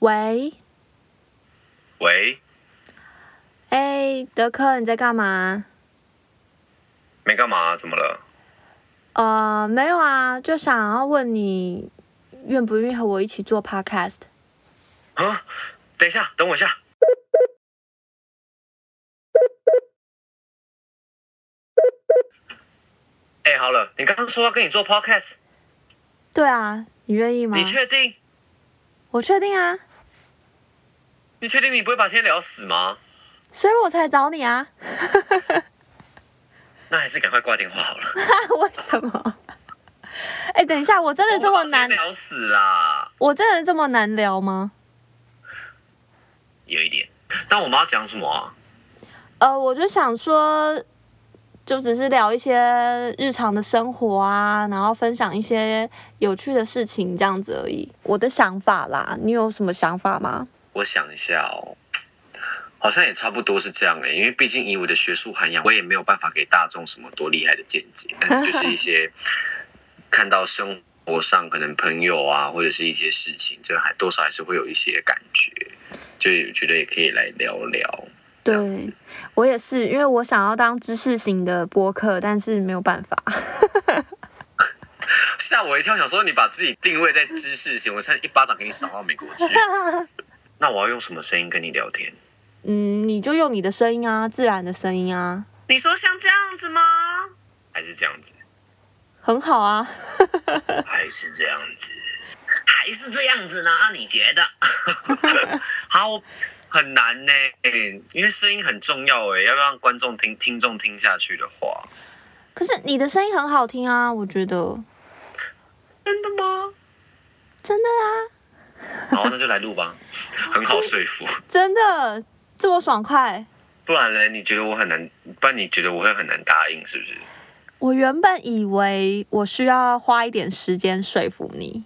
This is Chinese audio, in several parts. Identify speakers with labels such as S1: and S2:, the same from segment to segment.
S1: 喂，
S2: 喂，
S1: 哎，德克，你在干嘛？
S2: 没干嘛，怎么了？
S1: 呃，没有啊，就想要问你，愿不愿意和我一起做 podcast？
S2: 啊，等一下，等我一下。哎，好了，你刚刚说要跟你做 podcast，
S1: 对啊，你愿意吗
S2: 你？确定？
S1: 我确定啊，
S2: 你确定你不会把天聊死吗？
S1: 所以我才找你啊。
S2: 那还是赶快挂电话好了。
S1: 为什么？哎，等一下，我真的 这么难
S2: 我把天，聊死啦，
S1: 我真的这么难聊吗？
S2: 有一点。但我们要讲什么啊？
S1: 呃，我就想说，就只是聊一些日常的生活啊，然后分享一些有趣的事情这样子而已。我的想法啦，你有什么想法吗？
S2: 我想一下哦，好像也差不多是这样诶、欸因为毕竟以我的学术涵养，我也没有办法给大众什么多厉害的见解，但是就是一些看到生活上可能朋友啊，或者是一些事情，就还多少还是会有一些感觉，就觉得也可以来聊聊。这样子
S1: 对我也是，因为我想要当知识型的播客，但是没有办法。
S2: 吓我一跳，想说你把自己定位在知识型，我差点一巴掌给你赏到美国去。那我要用什么声音跟你聊天？
S1: 嗯，你就用你的声音啊，自然的声音啊，
S2: 你说像这样子吗？还是这样子？
S1: 很好啊。
S2: 还是这样子，还是这样子呢？啊你觉得？ 好，很难呢、因为声音很重要哎、要不要让观众听、听众听下去的话，
S1: 可是你的声音很好听啊，我觉得
S2: 真的吗？
S1: 真的啊，
S2: 好，那就来录吧，很好说服。
S1: 真的这么爽快。
S2: 不然呢？你觉得我很难？不然你觉得我会很难答应是不是？
S1: 我原本以为我需要花一点时间说服你，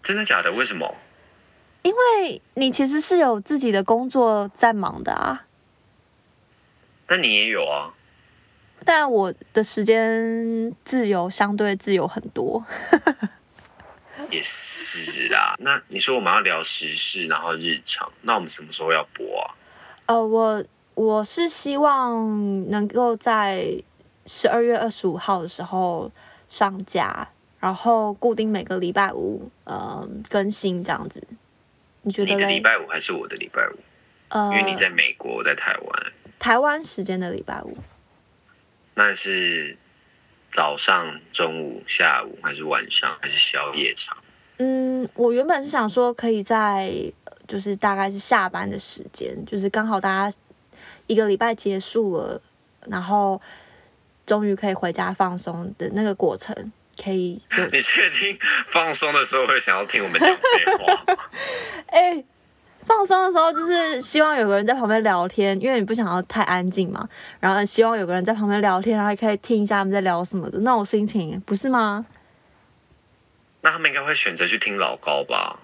S2: 真的假的？为什么？
S1: 因为你其实是有自己的工作在忙的啊。
S2: 但你也有啊。
S1: 但我的时间自由相对自由很多，
S2: 也是啦，那你说我们要聊时事，然后日常，那我们什么时候要播啊？
S1: 呃，我我是希望能够在十二月二十五号的时候上架，然后固定每个礼拜五呃更新这样子。你觉
S2: 你
S1: 得
S2: 的礼
S1: 嘞？
S2: 拜五还是我的礼拜五？
S1: 呃
S2: 因为你在美国，我在台湾，
S1: 台湾时间的礼拜五，
S2: 那是早上、中午、下午还是晚上还是宵夜场？
S1: 嗯，我原本是想说可以在呃就是大概是下班的时间，就是刚好大家一个礼拜结束了，然后终于可以回家放松的那个过程，可以有。
S2: 你确定放松的时候会想要听我们讲废话吗？
S1: 哎、放松的时候就是希望有个人在旁边聊天，因为你不想要太安静嘛，然后希望有个人在旁边聊天，然后还可以听一下他们在聊什么的那种心情，不是吗？
S2: 那他们应该会选择去听老高吧？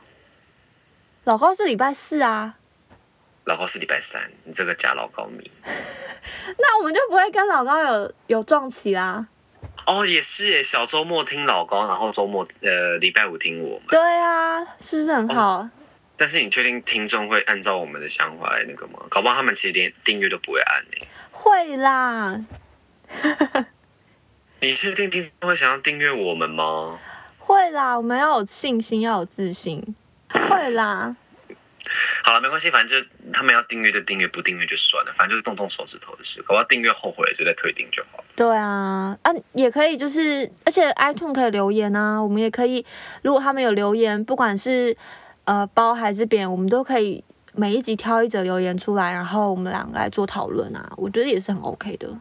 S1: 老高是礼拜四啊，
S2: 老高是礼拜三，你这个假老高迷
S1: 那我们就不会跟老高有有撞起啦。
S2: 哦，也是耶，小周末听老高，然后周末呃礼拜五听我们。
S1: 对啊，是不是很好？
S2: 但是你确定听众会按照我们的想法来那个吗？搞不好他们其实连订阅都不会按耶
S1: 会啦，
S2: 你确定听众会想要订阅我们吗？
S1: 会啦，我们要有信心，要有自信。会啦，
S2: 好了，没关系，反正就他们要订阅就订阅，不订阅就算了，反正就动动手指头的事。我要订阅后悔了就再退订就好了。
S1: 对啊，啊，也可以，就是而且 iTune 可以留言啊，我们也可以，如果他们有留言，不管是呃包还是扁，我们都可以每一集挑一则留言出来，然后我们两个来做讨论啊，我觉得也是很 OK 的。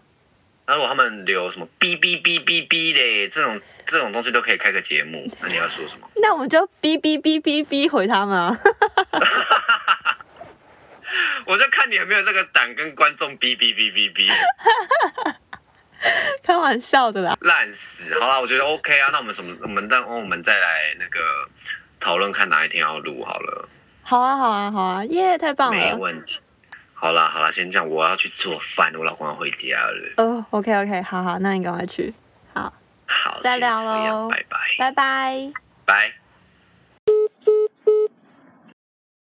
S2: 那如果他们留什么 哔哔哔哔哔的这种这种东西都可以开个节目，那你要说什么？
S1: 那我们就哔哔哔哔哔回他们啊，
S2: 我就看你有没有这个胆跟观众哔哔哔哔 哔，
S1: 开玩笑的啦。
S2: 烂死！好啦，我觉得 OK 啊，那我们什么我们但我们再来那个讨论看哪一天要录好了，
S1: 好啊，好啊，好啊，耶、太棒
S2: 没
S1: 了。
S2: 问题。好啦好啦，先这样，我要去做饭，我老公要回家了。
S1: 哦、o k OK，好好，那你赶快去，
S2: 好，
S1: 再
S2: 先
S1: 聊
S2: 这样
S1: 喽
S2: 拜拜
S1: 拜拜。
S2: 拜。